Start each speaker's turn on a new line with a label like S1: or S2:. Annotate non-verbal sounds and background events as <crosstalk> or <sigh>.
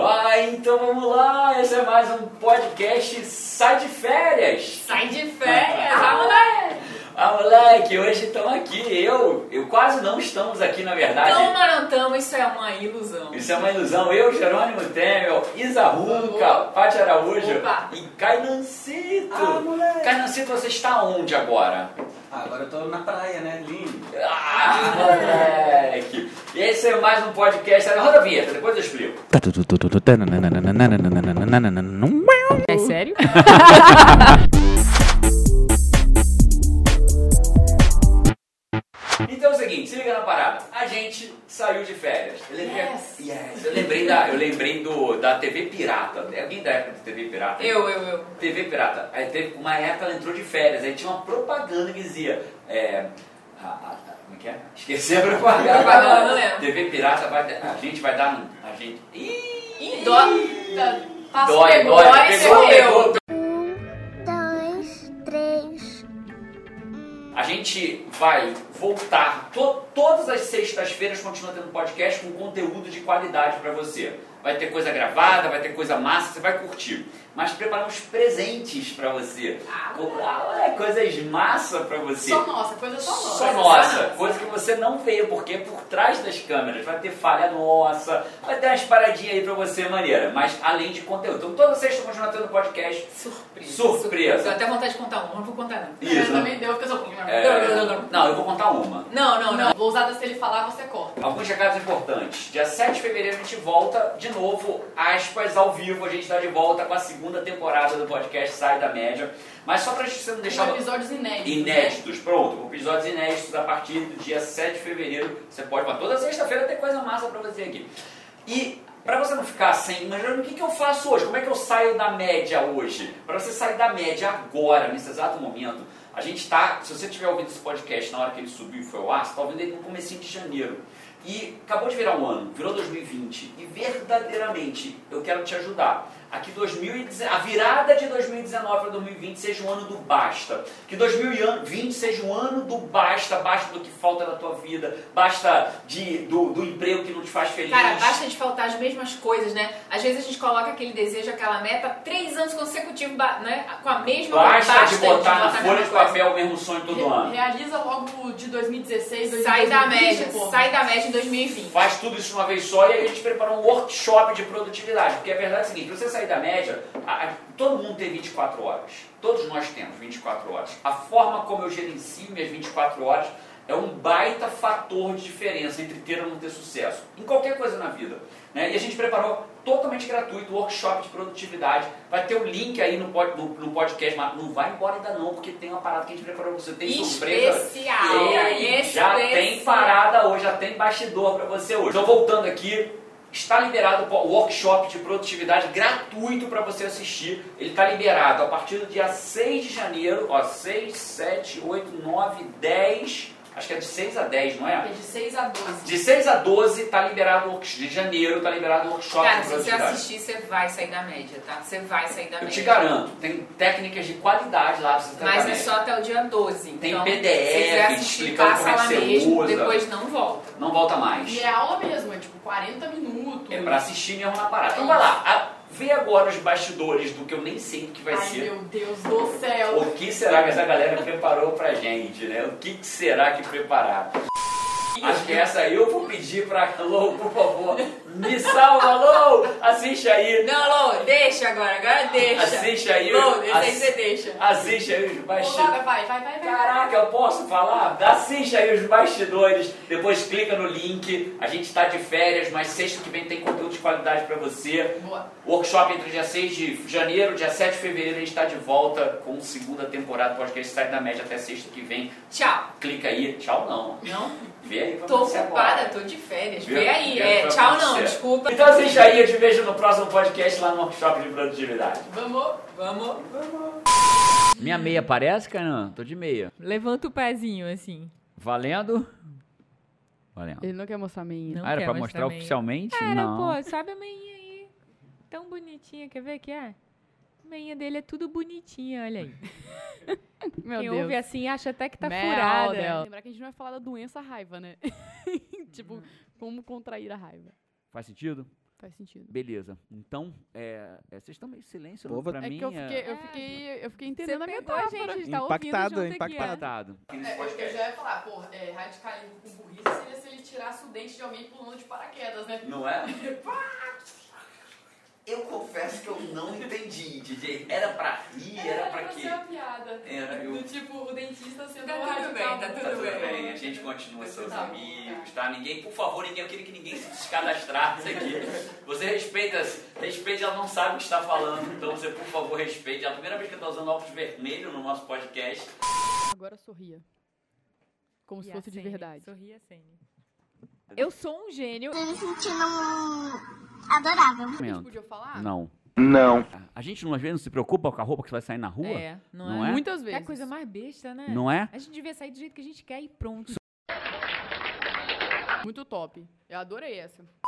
S1: Ah, então vamos lá, esse é mais um podcast Sai de Férias.
S2: Sai de férias, ah, moleque!
S1: Ah, moleque, hoje estamos aqui, eu, eu quase não estamos aqui na
S2: Não,
S1: verdade.
S2: Marantama, Então, isso é uma ilusão.
S1: Isso é uma ilusão, eu, Jerônimo Temer, Isa Runca,
S2: Opa.
S1: Paty Araújo
S2: Opa.
S1: e Cainancito.
S3: Ah, moleque.
S1: Cainancito, você está onde agora?
S3: Ah, agora eu tô na praia, né? Lindo.
S1: Ah, moleque! Esse é mais um podcast, roda a vinheta, depois eu explico.
S2: É sério?
S1: Então é o seguinte, se liga na parada. A gente saiu de férias. Eu lembrei,
S2: Yes.
S1: Yes. Eu lembrei, da, eu lembrei do, da TV Pirata. Alguém da época do TV Pirata?
S2: Eu, eu, eu.
S1: TV Pirata. Aí teve uma época ela entrou de férias. Aí tinha uma propaganda que dizia. É, a- a- a- como é que é? Esqueci a propaganda.
S2: Propaganda, né?
S1: TV Pirata, vai, dar- a gente vai dar. um- A gente. Ih,
S2: Ih, dó. Tá, passa-
S1: Dói,
S2: pegou, é
S1: dói.
S2: dói,
S1: Pegou,
S2: sou eu.
S1: pegou,
S4: dois, três,
S1: A gente vai voltar to- todas as sextas-feiras, continua tendo podcast com conteúdo de qualidade pra você. Vai ter coisa gravada, vai ter coisa massa, você vai curtir. Mas preparamos presentes pra você.
S2: Ah,
S1: Co- ah, coisas massa pra você.
S2: Só nossa, coisa só nossa.
S1: Só nossa, coisa que você não vê, porque é por trás das câmeras vai ter falha nossa, vai ter umas paradinhas aí pra você, maneira, mas além de conteúdo. Então toda sexta continua tendo podcast.
S2: Surpresa.
S1: Surpresa.
S2: Deu até vontade de contar uma, mas não vou contar não.
S1: Isso.
S2: Também deu, porque eu sou...
S1: É, Não, eu vou contar uma.
S2: Não, não, não. Vou usar se ele falar, você corta.
S1: Alguns recados importantes. Dia 7 de fevereiro a gente volta de novo, aspas, ao vivo. A gente está de volta com a segunda temporada do podcast Sai da Média. Mas só para você não deixar
S2: Com episódios inéditos.
S1: inéditos, pronto, com episódios inéditos a partir do dia 7 de fevereiro. Você pode, mas toda sexta-feira tem coisa massa para você aqui. E para você não ficar sem, imaginando o que, que eu faço hoje, como é que eu saio da média hoje? Para você sair da média agora, nesse exato momento, a gente está, se você tiver ouvindo esse podcast na hora que ele subiu e foi ao ar, você está ouvindo ele no comecinho de janeiro. E acabou de virar um ano, virou 2020, e verdadeiramente eu quero te ajudar a que 2019, a virada de 2019 para 2020 seja um ano do basta. Que 2020 seja um ano do basta, basta do que falta na tua vida, basta de, do, do emprego que não te faz feliz.
S2: Cara, basta de faltar as mesmas coisas, né? Às vezes a gente coloca aquele desejo, aquela meta, três anos consecutivos, ba- né? Com a mesma
S1: Basta de botar,
S2: a
S1: na folha de
S2: mesma coisa.
S1: papel o mesmo sonho todo ano.
S5: Realiza logo o de 2016, 2020.
S2: Sai da média,
S5: pô.
S2: sai da média em 2020.
S1: Faz tudo isso de uma vez só e aí a gente preparou um workshop de produtividade. Porque a verdade é a seguinte, pra você sair da média, a- a- todo mundo tem 24 horas. Todos nós temos 24 horas. A forma como eu gerencio minhas 24 horas é um baita fator de diferença entre ter ou não ter sucesso. Em qualquer coisa na vida. né? E a gente preparou totalmente gratuito o workshop de produtividade. Vai ter o link aí no, pod- no- no podcast, mas não vai embora ainda não, porque tem uma parada que a gente preparou pra você. Tem surpresa.
S2: Especial.
S1: Ei, já tem parada hoje, já tem bastidor pra você hoje. Então voltando aqui, está liberado o workshop de produtividade gratuito pra você assistir. Ele está liberado a partir do dia 6 de janeiro, ó, 6, 7, 8, 9, 10, acho que é de 6 a 10, não é?
S5: É de 6 a 12.
S1: De 6 a 12 tá liberado o workshop de janeiro, tá liberado o workshop
S2: Cara,
S1: de
S2: se você
S1: produtividade.
S2: assistir, você vai sair da média, tá? Você vai sair da
S1: Eu te
S2: média.
S1: garanto, tem técnicas de qualidade lá pra você tratar
S2: Mas é
S1: mesmo.
S2: só até o dia 12.
S1: Tem
S2: então,
S1: PDF
S2: se quiser assistir,
S1: explicando como
S2: passa
S1: é que
S2: lá
S1: você
S2: mesmo,
S1: usa.
S2: depois não volta.
S1: Não volta mais.
S5: E é aula mesmo, é tipo 40 minutos.
S1: É pra assistir mesmo na parada. Então vai lá, a- vê agora os bastidores do que eu nem sei o que vai
S5: Ai,
S1: ser.
S5: meu Deus do céu.
S1: O que será que essa galera preparou pra gente, né? O que que será que prepararam? Acho que essa aí eu vou pedir pra Lou, por favor, me salva, Lou! Assiste aí,
S2: Não, Lô, deixa agora, agora deixa.
S1: assiste aí.
S2: Lô, esse aí
S1: ass-
S2: você deixa.
S1: Assiste aí os
S5: Ô,
S1: bastidores.
S5: Vaga, vai, vai, vai, vai.
S1: Caraca, eu posso falar? Assiste aí os bastidores, depois clica no link. A gente tá de férias, mas sexta que vem tem conteúdo de qualidade pra você.
S5: Boa.
S1: Workshop entre o dia 6 de janeiro e dia 7 de fevereiro. A gente está de volta com a segunda temporada do podcast Sai da Média até sexta que vem.
S2: Tchau.
S1: Clica aí. Tchau, não.
S2: Não?
S1: Vê aí. pra
S2: Tô
S1: você
S2: ocupada,
S1: agora.
S2: tô de férias.
S1: é Viu?
S2: Vê aí.
S1: Vê
S2: É,
S1: pra
S2: tchau não,
S1: acontecer.
S2: desculpa.
S1: Então assiste aí. Eu te vejo no próximo podcast lá no Workshop de Produtividade.
S5: Vamos.
S2: Vamos.
S1: Minha meia parece, Canan? Tô de meia.
S6: Levanta o pezinho, assim.
S1: Valendo? Valendo.
S7: Ele não quer mostrar a minha.
S6: Não
S1: Ah,
S6: quer bem.
S1: oficialmente?
S6: Cara, pô, sobe a meinha aí. Tão bonitinha, quer ver que é? A meinha dele é tudo bonitinha, olha aí.
S7: <laughs> Meu
S6: Quem
S7: Deus.
S6: ouve assim acha até que tá
S7: Mel, Del.
S6: furada.
S7: Lembrar que a gente não vai falar da doença raiva, né? tipo, como contrair a raiva.
S1: Faz sentido?
S7: Faz sentido.
S1: Beleza. Então, é, é, vocês estão meio em silêncio. não?
S8: Pova-
S1: Pra
S7: é
S1: mim,
S7: que eu fiquei, eu
S6: É.
S7: fiquei, eu fiquei entendendo a
S6: pegou
S7: é metáfora.
S6: a gente, tá
S8: Impactado,
S6: ouvindo junto
S1: é
S8: impactado.
S6: aqui.
S1: tratado.
S5: É,
S1: Nesse
S5: eu eu
S1: podcast.
S5: já ia falar, pô, é, radicalismo com burrice seria se ele tirasse o dente de alguém pulando de paraquedas, né?
S1: Não é? <laughs> Eu confesso que eu não entendi, DJ. Era pra rir,
S6: É,
S1: era pra quê?
S5: ser uma piada.
S1: Era, eu-
S5: Do tipo, o dentista sendo
S2: Tá tudo
S5: radical.
S2: bem, tá
S1: Tá tudo
S2: bem.
S1: bem, a
S6: né?
S1: gente continua seus
S5: Tá bom,
S1: amigos, tá? Ninguém, por favor, ninguém, eu queria que ninguém se descadastrasse aqui. Você respeita, respeite, ela não sabe o que está falando, então você, por favor, respeite. É a primeira vez que eu estou usando óculos vermelho no nosso podcast.
S7: Agora sorria. Como se
S6: E assim, a
S7: fosse de
S6: Sene,
S7: verdade.
S6: Sorri a Sene. Eu sou um gênio.
S4: Tô me sentindo adorável.
S7: A gente podia falar?
S1: Não.
S8: Não.
S1: A gente, às vezes, não se preocupa com a roupa que vai sair na rua?
S6: É, não,
S1: Não
S6: é?
S1: é?
S7: Muitas
S6: É
S7: vezes.
S6: a coisa mais besta, né?
S1: Não é?
S6: A gente devia sair do jeito que a gente quer e pronto.
S7: Muito top. Eu adorei essa.